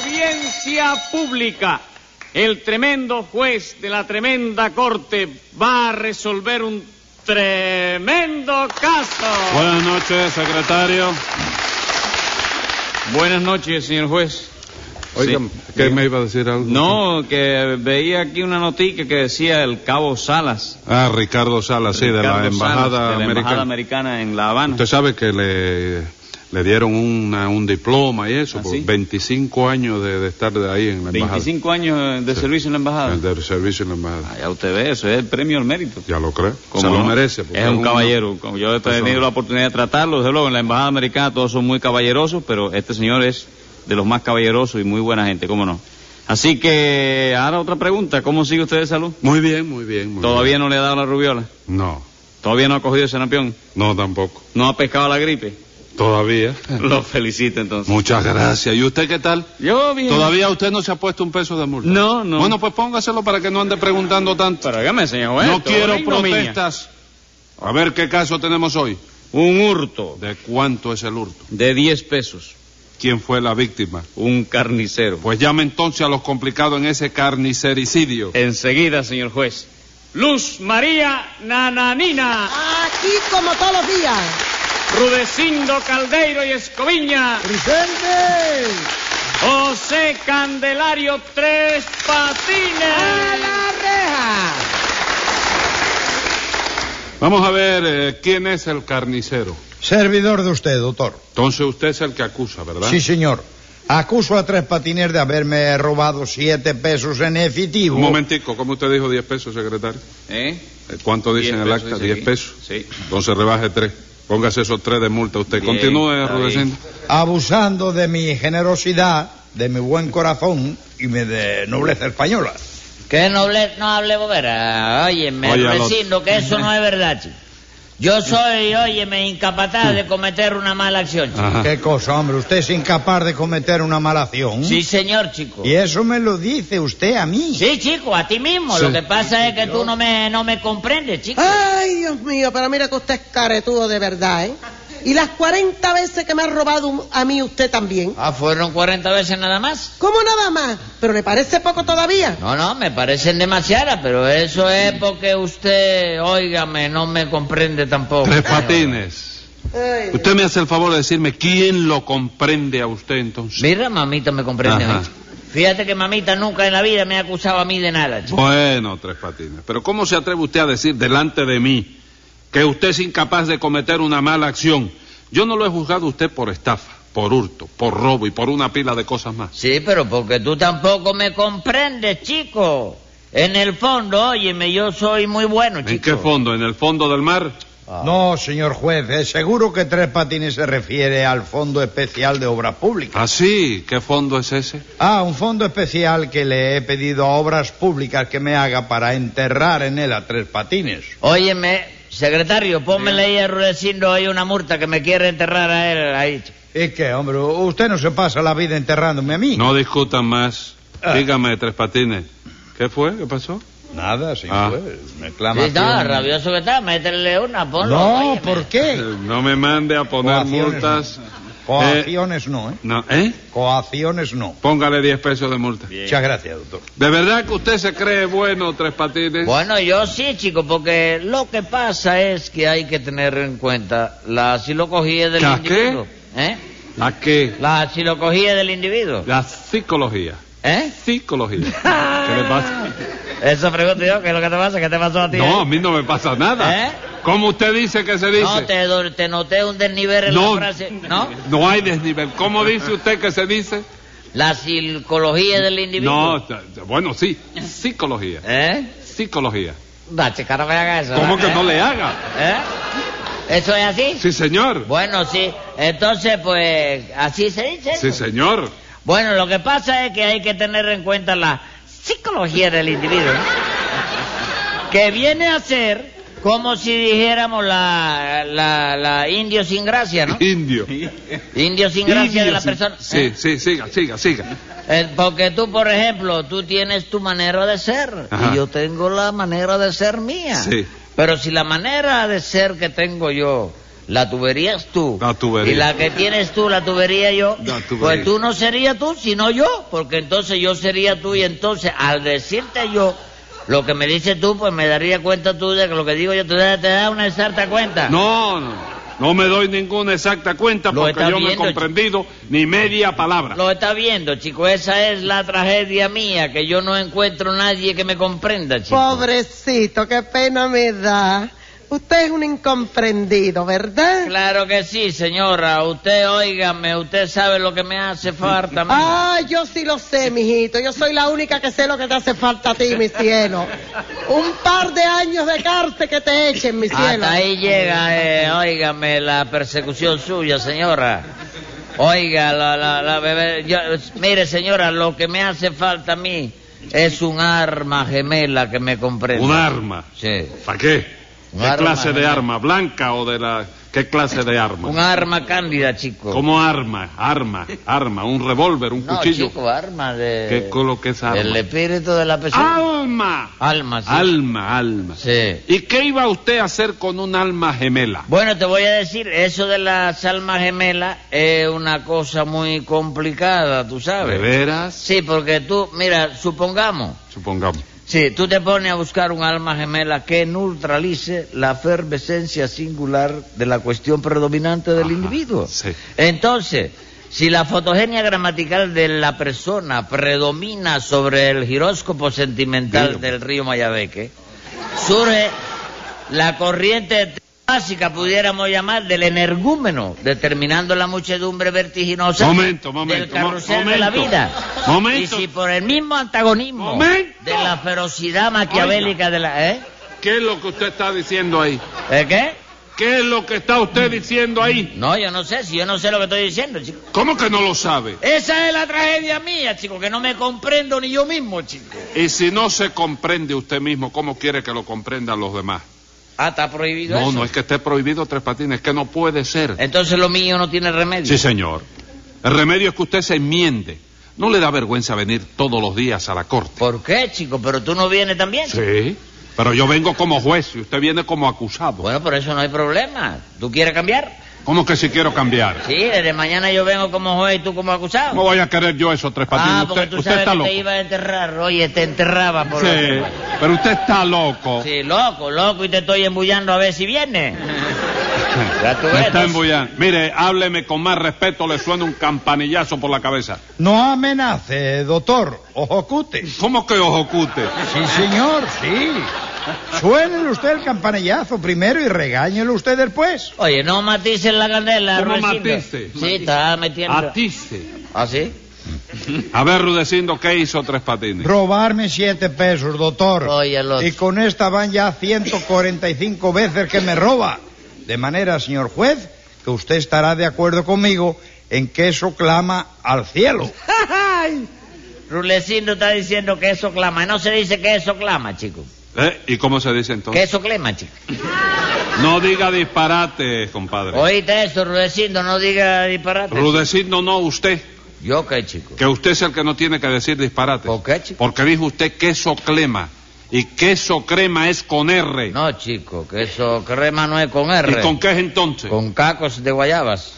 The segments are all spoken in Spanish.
Audiencia pública. El tremendo juez de la tremenda corte va a resolver un tremendo caso. Buenas noches, secretario. Buenas noches, señor juez. Oiga, Sí, ¿qué diga. me iba a decir algo? No, que veía aquí una noticia que decía el cabo Salas. Ah, Ricardo Salas, sí, de la Ricardo Salas, Embajada de la Americana. Embajada Americana en La Habana. Usted sabe que le, le dieron una- un diploma y eso, ¿Ah, por sí? 25 años de, de estar de ahí en la Embajada. 25 años de Sí. servicio en la Embajada. El del servicio en la Embajada. Ah, ya usted ve, eso es el premio al mérito. Ya lo creo. ¿Cómo Se lo no? merece. porque Es un una- caballero. Como yo he tenido persona. la oportunidad de tratarlo, desde luego en la embajada americana todos son muy caballerosos, pero este señor es de los más caballerosos y muy buena gente, ¿cómo no? Así que ahora otra pregunta, ¿cómo sigue usted de salud? Muy bien, muy bien. muy ¿Todavía no le ha dado la rubiola? bien. No, ¿Todavía no ha cogido ese napión? no tampoco. ¿No ha pescado la gripe? Todavía. Lo felicito entonces. Muchas gracias. ¿Y usted qué tal? Yo bien. ¿Todavía usted no se ha puesto un peso de multa? No, no. Bueno, pues póngaselo para que no ande preguntando tanto. Pero hágame, señor juez, no todo quiero digno, miña. protestas. A ver qué caso tenemos hoy. Un hurto ¿De cuánto es el hurto? de 10 pesos. ¿Quién fue la víctima? Un carnicero. Pues llame entonces a los complicados en ese carnicericidio. Enseguida, señor juez. Luz María Nananina. Aquí como todos los días. Rudecindo Caldeiro y Escoviña, ¡Presente! José Candelario Tres ¡A Patines. la reja! Vamos a ver eh, quién es el carnicero. Servidor de usted, doctor. Ah. Entonces usted es el que acusa, ¿verdad? Sí, señor. Acuso a Tres Patines de haberme robado siete pesos en efectivo. Un momentico, ¿cómo usted dijo 10 pesos, secretario? ¿Eh? Eh, ¿Cuánto dice Diez en el pesos acta? dice 10 aquí. pesos. Sí. Entonces rebaje 3. Póngase esos 3 de multa usted. Bien, Continúe, está bien. Rudecindo. Abusando de mi generosidad, de mi buen corazón y mi de nobleza española. Que no hable, no hable bobera. Óyeme, Oye, al otro. Rudecindo, que eso no es verdad, chico. Yo soy, óyeme, incapaz de cometer una mala acción, chico. Ajá. ¿Qué cosa, hombre? ¿Usted es incapaz de cometer una mala Ah. acción? Sí, señor, chico. Y eso me lo dice usted a mí. Sí, chico, a ti mismo. Lo Sí. Ah. que pasa es que tú no me, no me comprendes, chico. Ay, Dios mío, pero mira que usted es caretudo de verdad, ¿eh? Y las 40 veces que me ha robado un- a mí usted también. Ah, fueron 40 veces nada más. ¿Cómo nada más? ¿Pero le parece poco todavía? No, no, me parecen demasiadas, pero eso es porque usted, óigame, no me comprende tampoco. Tres señor. patines. Ay, Dios. Usted me hace el favor de decirme quién lo comprende a usted entonces. Mira, mamita me comprende. Ajá. a mí. Fíjate que mamita nunca en la vida me ha acusado a mí de nada, chico. Bueno, Tres Patines, pero ¿cómo se atreve usted a decir delante de mí que usted es incapaz de cometer una mala acción? Yo no lo he juzgado a usted por estafa, por hurto, por robo y por una pila de cosas más. Sí, pero porque tú tampoco me comprendes, chico. En el fondo, óyeme, yo soy muy bueno, Ah, chico. ¿En qué fondo? ¿En el fondo del mar? No, señor juez, eh, seguro que Tres Patines se refiere al Fondo Especial de Obras Públicas. Ah, sí, ¿qué fondo es ese? Ah, un fondo especial que le he pedido a Obras Públicas que me haga para enterrar en él a Tres Patines. Óyeme, secretario, pónmele ahí a Rudecindo hay una multa que me quiere enterrar a él ahí. chico. Es que, hombre, usted no se pasa la vida enterrándome a mí. No discutan más. Ah. Dígame, Tres Patines. ¿Qué fue? ¿Qué pasó? Nada, señor Ah. juez. Me Sí, clamación. no, rabioso que está, métele una, ponlo. No, óyeme. ¿por Eh, qué? No me mande a poner Coacciones. multas. Eh, Coacciones no, ¿eh? no, ¿eh? Coacciones no. Póngale 10 pesos de multa. Muchas gracias, doctor. ¿De verdad que usted se cree bueno, Tres Patines? Bueno, yo sí, chico, porque lo que pasa es que hay que tener en cuenta la silocogía del ¿La qué? individuo. ¿Eh? ¿A qué? La silocogía del individuo. La psicología. ¿Eh? Psicología. ¿Qué le pasa? Eso pregunto yo, ¿qué es lo que te pasa? ¿Qué te pasó a ti? No, ahí? a mí no me pasa nada. ¿Eh? ¿Cómo usted dice que se dice? No, te, do- te noté un desnivel en No. la frase. ¿No? No hay desnivel. ¿Cómo dice usted que se dice? La psicología del individuo. No, t- t- bueno, sí. Psicología. ¿Eh? Psicología. Va, chica, no me hagas eso. ¿Cómo ¿verdad? que no le haga? ¿Eh? ¿Eso es así? Sí, señor. Bueno, sí. Entonces, pues, así se dice. Sí, señor. Bueno, lo que pasa es que hay que tener en cuenta la psicología del individuo. ¿no? que viene a ser como si dijéramos la, la, la indio sin gracia, ¿no? Indio. Indio sin gracia de Indio, la sí. persona. Sí, sí, siga, siga, siga. Eh, porque tú, por ejemplo, tú tienes tu manera de ser Ajá. y yo tengo la manera de ser mía. Sí. Pero si la manera de ser que tengo yo La tubería es tú. La tubería. Y la que tienes tú, la tubería yo. La tubería. Pues tú no serías tú, sino yo. Porque entonces yo sería tú y entonces al decirte yo lo que me dices tú, pues me daría cuenta tú de que lo que digo yo, tú te te da una exacta cuenta. No, no, no me doy ninguna exacta cuenta Lo porque está yo no he viendo, comprendido ni media palabra. Lo está viendo, chico. Esa es la tragedia mía, que yo no encuentro nadie que me comprenda, chico. Pobrecito, qué pena me da. Usted es un incomprendido, ¿verdad? Claro que sí, señora. Usted, óigame, usted sabe lo que me hace falta. mira. Ah, yo sí lo sé, mijito. Yo soy la única que sé lo que te hace falta a ti, mi cielo. Un par de años de cárcel que te echen, mi cielo. Hasta ahí llega, eh, óigame, la persecución suya, señora. Oiga, la, la, la bebé. yo- mire, señora, lo que me hace falta a mí es un arma gemela que me comprenda. Un arma. Sí. ¿Para qué? Un ¿Qué arma, clase de ¿no? arma? ¿Blanca o de la.? ¿Qué clase de arma? Un arma cándida, chico. ¿Cómo arma? Arma, arma, un revólver, un No, cuchillo. chico, arma de... ¿Qué colo que es arma? El espíritu de la persona. ¡Alma! Alma, sí. Alma, alma. Sí. ¿Y qué iba usted a hacer con un alma gemela? Bueno, te voy a decir, eso de las almas gemelas es una cosa muy complicada, tú ¿De sabes. veras? Sí, porque tú, mira, supongamos, Supongamos. sí, tú te pones a buscar un alma gemela que neutralice la efervescencia singular de la cuestión predominante del Ajá, individuo. sí. Entonces, si la fotogenia gramatical de la persona predomina sobre el giróscopo sentimental Dígame. del río Mayabeque, surge la corriente básica, pudiéramos llamar, del energúmeno, determinando la muchedumbre vertiginosa Momento, momento, del carrusel mo- de la momento, vida. momento. Y si por el mismo antagonismo Momento. de la ferocidad maquiavélica de la... ¿Eh? ¿Qué es lo que usted está diciendo ahí? ¿Eh, qué? ¿Qué es lo que está usted diciendo ahí? No, yo no sé, si yo no sé lo que estoy diciendo, chico. ¿Cómo que no lo sabe? Esa es la tragedia mía, chico, que no me comprendo ni yo mismo, chico. Y si no se comprende usted mismo, ¿cómo quiere que lo comprendan los demás? Ah, está prohibido No, eso. no es que esté prohibido tres patines, es que no puede ser. Entonces lo mío no tiene remedio. Sí, señor. El remedio es que usted se enmiende. ¿No le da vergüenza venir todos los días a la corte? ¿Por qué, chico? Pero tú no vienes también. chico. Sí. Pero yo vengo como juez y usted viene como acusado. Bueno, por eso no hay problema. ¿Tú quieres cambiar? ¿Cómo que si quiero cambiar? Sí, desde mañana yo vengo como juez y tú como acusado. ¿Cómo voy a querer yo eso, tres patines? ah, porque usted tú usted sabes está que loco. te iba a enterrar. Oye, te enterraba por Sí, pero usted está loco. Sí, loco, loco, y te estoy embullando a ver si viene. Ya tú Me ves. está embullando. Mire, hábleme con más respeto, le suena un campanillazo por la cabeza. No amenace, doctor. Ojocute. ¿Cómo que ojocute? Sí, señor, sí. Suénele usted el campanillazo primero y regáñelo usted después. Oye, no matices la candela, ¿Cómo Rudecindo. matices? Sí, está metiendo... Atice. ¿Ah, sí? A ver, Rudecindo, ¿qué hizo Tres Patines? Robarme siete pesos, doctor. Oye, el otro. Y con esta van ya 145 veces que me roba. De manera, señor juez, que usted estará de acuerdo conmigo en que eso clama al cielo. Ay, Rulecindo está diciendo que eso clama. No se dice que eso clama, chico. ¿Eh? ¿Y cómo se dice Que entonces? eso clama, chico. No diga disparate, compadre. Oíste eso, Rudecindo, no diga disparate. Rudecindo, no usted. ¿Yo qué, chico? Que usted es el que no tiene que decir disparate. ¿Por qué, chico? Porque dijo usted queso crema. Y queso crema es con R. No, chico, que eso crema no es con R. ¿Y con qué es entonces? Con cacos de guayabas.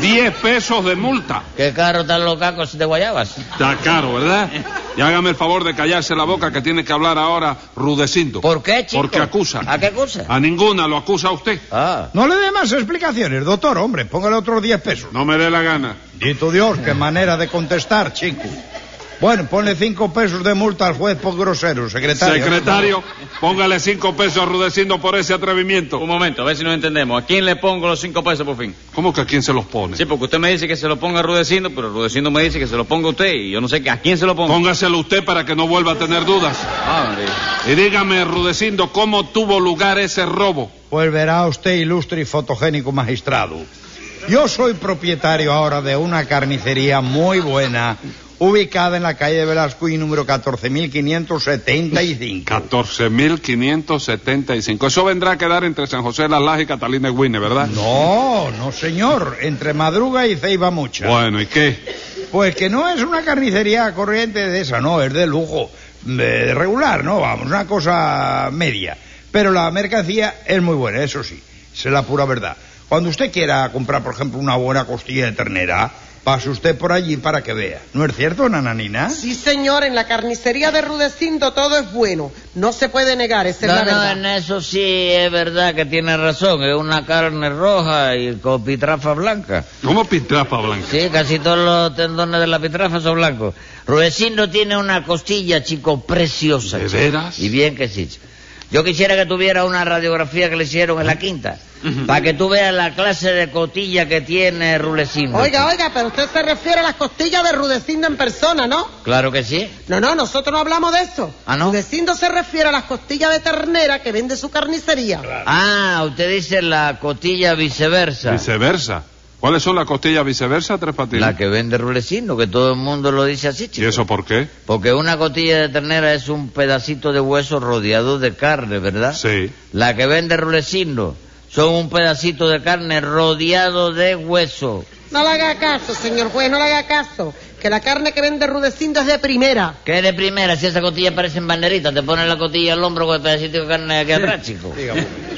Diez pesos de multa. Qué caro están los cacos de guayabas. Está caro, ¿verdad? Y hágame el favor de callarse la boca que tiene que hablar ahora Rudecindo. ¿Por qué, chico? Porque Ah. acusa. ¿A qué acusa? A ninguna lo acusa a usted. Ah. No le dé más explicaciones, doctor, hombre. Póngale otros 10 pesos. No me dé la gana. Dito Dios, qué manera de contestar, chico. Bueno, ponle cinco pesos de multa al juez por grosero, secretario. Secretario, póngale cinco pesos a Rudecindo por ese atrevimiento. Un momento, a ver si nos entendemos. ¿A quién le pongo los cinco pesos por fin? ¿Cómo que a quién se los pone? Sí, porque usted me dice que se lo ponga a Rudecindo, pero Rudecindo me dice que se lo ponga a usted y yo no sé que- a quién se lo pongo. Póngaselo usted para que no vuelva a tener dudas. Ah, María. Y dígame, Rudecindo, ¿cómo tuvo lugar ese robo? Pues verá usted, ilustre y fotogénico magistrado. Yo soy propietario ahora de una carnicería muy buena, ubicada en la calle de Velasco y número 14.575. 14.575. Eso vendrá a quedar entre San José Las Lajas y Catalina Güine, ¿verdad? No, no señor, entre Madruga y Ceiba Mucha. Bueno, ¿y qué? Pues que no es una carnicería corriente de esa, no, es de lujo. De regular, no, vamos, una cosa media. Pero la mercancía es muy buena, eso sí, es la pura verdad. Cuando usted quiera comprar, por ejemplo, una buena costilla de ternera, pase usted por allí para que vea. ¿No es cierto, nananina? Sí, señor, en la carnicería de Rudecindo todo es bueno. No se puede negar, esa es No, la no, verdad. en eso sí es verdad que tiene razón. Es una carne roja y con pitrafa blanca. ¿Cómo pintrapa blanca? Sí, casi todos los tendones de la pitrafa son blancos. Ruedecindo tiene una costilla, chico, preciosa. ¿De chico. veras? Y bien que sí. chico. Yo quisiera que tuviera una radiografía que le hicieron en la quinta, para que tú veas la clase de costilla que tiene Rulecindo. Oiga, oiga, pero usted se refiere a las costillas de Rudecindo en persona, ¿no? Claro que sí. No, no, nosotros no hablamos de eso. Ah, ¿no? Rudecindo se refiere a las costillas de ternera que vende su carnicería. Ah, usted dice la costilla viceversa. Viceversa. ¿Cuáles son las costillas viceversa, Tres Patines? La que vende Rulecindo, que todo el mundo lo dice así, ¿Y chico. eso por qué? Porque una costilla de ternera es un pedacito de hueso rodeado de carne, ¿Ah? ¿verdad? Sí. La que vende Rulecindo son un pedacito de carne rodeado de hueso. No le haga caso, señor juez, no le haga caso. Que la carne que vende Rudecindo es de primera. Que eres primera, si esas costillas parecen banderitas, te ponen la costilla al hombro con el pedacito de carne aquí atrás, chico.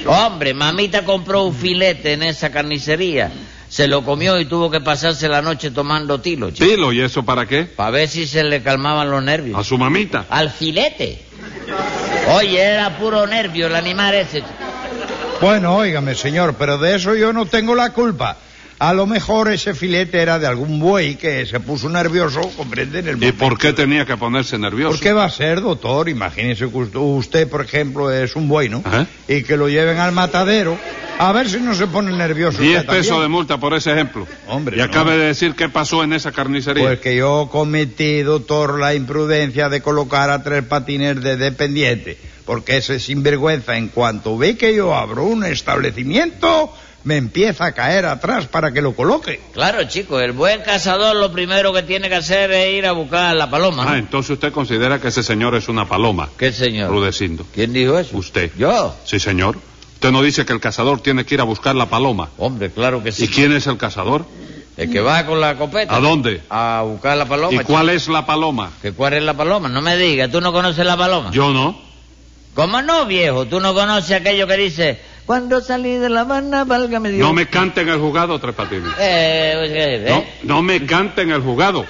Hombre, mamita compró un filete en esa carnicería, se lo comió y tuvo que pasarse la noche tomando tilo, chico. Tilo, ¿y eso para qué? Para ver si se le calmaban los nervios. A su mamita. Ah, Al filete. Oye, era puro nervio el animal ese. chico. Bueno, óigame, señor, pero de eso yo no tengo la culpa. A lo mejor ese filete era de algún buey que se puso nervioso, comprende, en el ¿Y momento. por qué tenía que ponerse nervioso? ¿Por qué va a ser, doctor? Imagínese que usted- usted, por ejemplo, es un buey, ¿no? Ajá. Y que lo lleven al matadero, a ver si no se pone nervioso. Diez usted también. pesos de multa por ese ejemplo. Hombre, Y no. acabe de decir qué pasó en esa carnicería. Pues que yo cometí, doctor, la imprudencia de colocar a tres patines de dependiente. Porque ese sinvergüenza, en cuanto ve que yo abro un establecimiento, me empieza a caer atrás para que lo coloque. Claro, chico, el buen cazador lo primero que tiene que hacer es ir a buscar a la paloma. ¿no? Ah, entonces usted considera que ese señor es una paloma, ¿Qué señor? Rudecindo. ¿Quién dijo eso? Usted. ¿Yo? Sí, señor. Usted no dice que el cazador tiene que ir a buscar la paloma. Hombre, claro que ¿Y sí. quién es el cazador? El que va con la copeta. ¿A dónde? A buscar la paloma. ¿Y chico. cuál es la paloma? ¿Que ¿Cuál es la paloma? No me digas, tú no conoces la paloma. Yo no. ¿Cómo no, viejo? Tú no conoces aquello que dice, cuando salí de La Habana, válgame Dios. No me canten el jugado, Tres Patines. Eh, eh, eh. No, no me canten el jugado.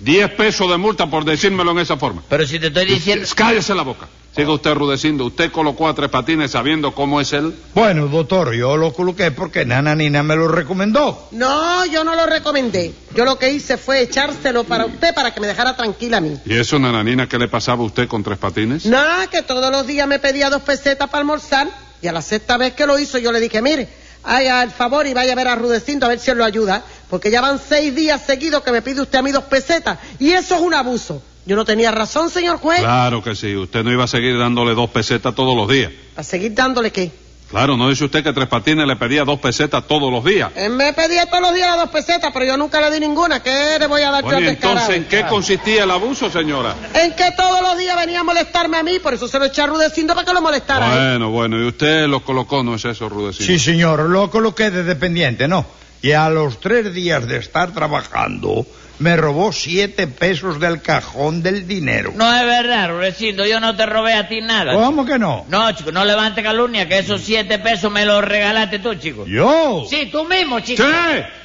Diez pesos de multa por decírmelo en esa forma. Pero si te estoy diciendo... Cállese la boca. Siga usted rudeciendo. Usted colocó a Tres Patines sabiendo cómo es él. Bueno, doctor, yo lo coloqué porque Nana Nina me lo recomendó. No, yo no lo recomendé. Yo lo que hice fue echárselo para usted para que me dejara tranquila a mí. ¿Y eso, nananina, qué le pasaba a usted con Tres Patines? Nada, que todos los días me pedía dos pesetas para almorzar y a la sexta vez que lo hizo yo le dije, mire, haga el favor y vaya a ver a Rudecindo a ver si él lo ayuda, porque ya van seis días seguidos que me pide usted a mí dos pesetas y eso es un abuso. Yo no tenía razón, señor juez, Claro que sí. Usted no iba a seguir dándole dos pesetas todos los días. a seguir dándole qué. Claro, no dice usted que Tres Patines le pedía dos pesetas todos los días. Él me pedía todos los días las dos pesetas, pero yo nunca le di ninguna. ¿Qué le voy a dar yo Bueno, al ¿y descarado? entonces en qué consistía el abuso, señora? En que todos los días venía a molestarme a mí, por eso se lo eché a Rudecindo para que lo molestara. a él. Bueno, bueno, y usted lo colocó, ¿no es eso, Rudecindo? Sí, señor, lo coloqué de dependiente, ¿no? Y a los tres días de estar trabajando, me robó siete pesos del cajón del dinero. No es verdad, Rudecindo, yo no te robé a ti nada. ¿Cómo que no? No, chico, no levante calumnia, que esos siete pesos me los regalaste tú, chico. Yo. Sí, tú mismo, chico. ¡Sí!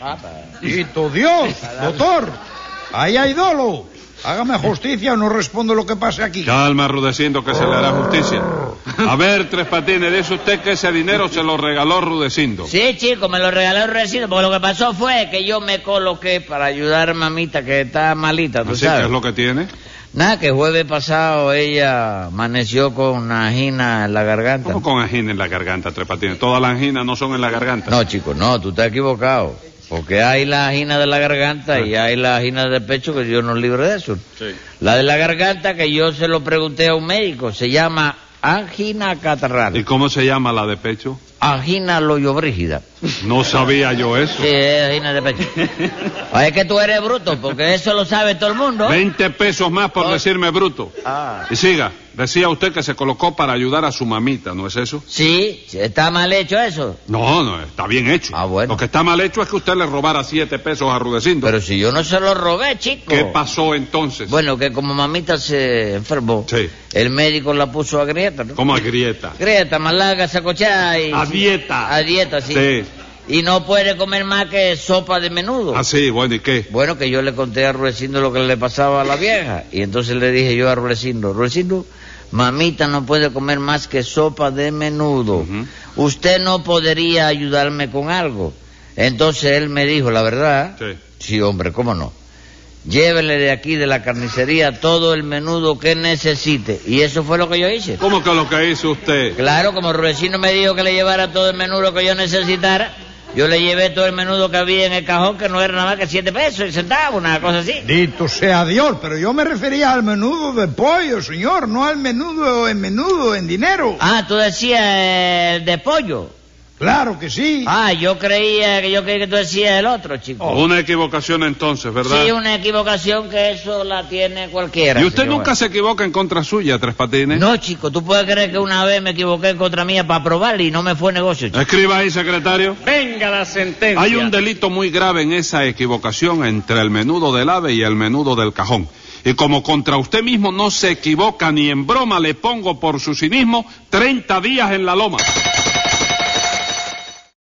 Ah, pa- Quito Dios, doctor. Ahí hay dolo. Hágame justicia o no respondo lo que pase aquí. Calma, Rudecindo, que se le hará justicia. A ver, Tres Patines, dice usted que ese dinero se lo regaló Rudecindo. Sí, chico, me lo regaló Rudecindo, porque lo que pasó fue que yo me coloqué para ayudar a mamita que está malita, tú Así que sabes. es lo que tiene. Nada, que jueves pasado ella amaneció con una angina en la garganta. ¿Cómo con angina en la garganta, Tres Patines? Todas las anginas no son en la garganta. No, chico, no, tú estás equivocado. Porque hay la angina de la garganta y hay la angina del pecho que yo no libre de eso. La de la garganta que yo se lo pregunté a un médico, se llama angina ¿Y catarral, cómo se llama la de pecho? angina loyobrígida. No sabía yo eso. Sí, es angina de pecho. Ah, es que tú eres bruto, porque eso lo sabe todo el mundo. Veinte pesos más por decirme bruto. Ah. Y siga. Decía usted que se colocó para ayudar a su mamita, ¿no es eso? Sí, está mal hecho eso. No, no, está bien hecho. Ah, bueno. Lo que está mal hecho es que usted le robara siete pesos a Rudecindo. Pero si yo no se lo robé, chico. ¿Qué pasó entonces? Bueno, que como mamita se enfermó, Sí. el médico la puso a grieta, ¿no? ¿Cómo a grieta? Grieta, malaga, sacochá y... A dieta. A dieta, sí. Sí. Y no puede comer más que sopa de menudo. Ah, sí, bueno, ¿y qué? Bueno, que yo le conté a Ruecindo lo que le pasaba a la vieja. Y entonces le dije yo a Ruecindo, Ruecindo, mamita no puede comer más que sopa de menudo. Ujú. Usted no podría ayudarme con algo. Entonces él me dijo, la verdad, Sí. sí hombre, ¿cómo no? Llévele de aquí, de la carnicería, todo el menudo que necesite. Y eso fue lo que yo hice. ¿Cómo que lo que hizo usted? Claro, como Ruecino me dijo que le llevara todo el menudo que yo necesitara, yo le llevé todo el menudo que había en el cajón, que no era nada más que siete pesos y centavos, una cosa así. Dito sea Dios, pero yo me refería al menudo de pollo, señor, no al menudo en menudo en dinero. Ah, tú decías eh, el de pollo. Claro que sí. Ah, yo creía que yo creía que tú decías el otro, chico. Una equivocación entonces, Oh, ¿verdad? Sí, una equivocación que eso la tiene cualquiera. ¿Y usted señor. nunca se equivoca en contra suya, Tres Patines? No, chico, tú puedes creer que una vez me equivoqué en contra mía para probarle y no me fue negocio, chico. Escriba ahí, secretario. Venga la sentencia. Hay un delito muy grave en esa equivocación entre el menudo del ave y el menudo del cajón. Y como contra usted mismo no se equivoca ni en broma, le pongo por su cinismo 30 días en la loma.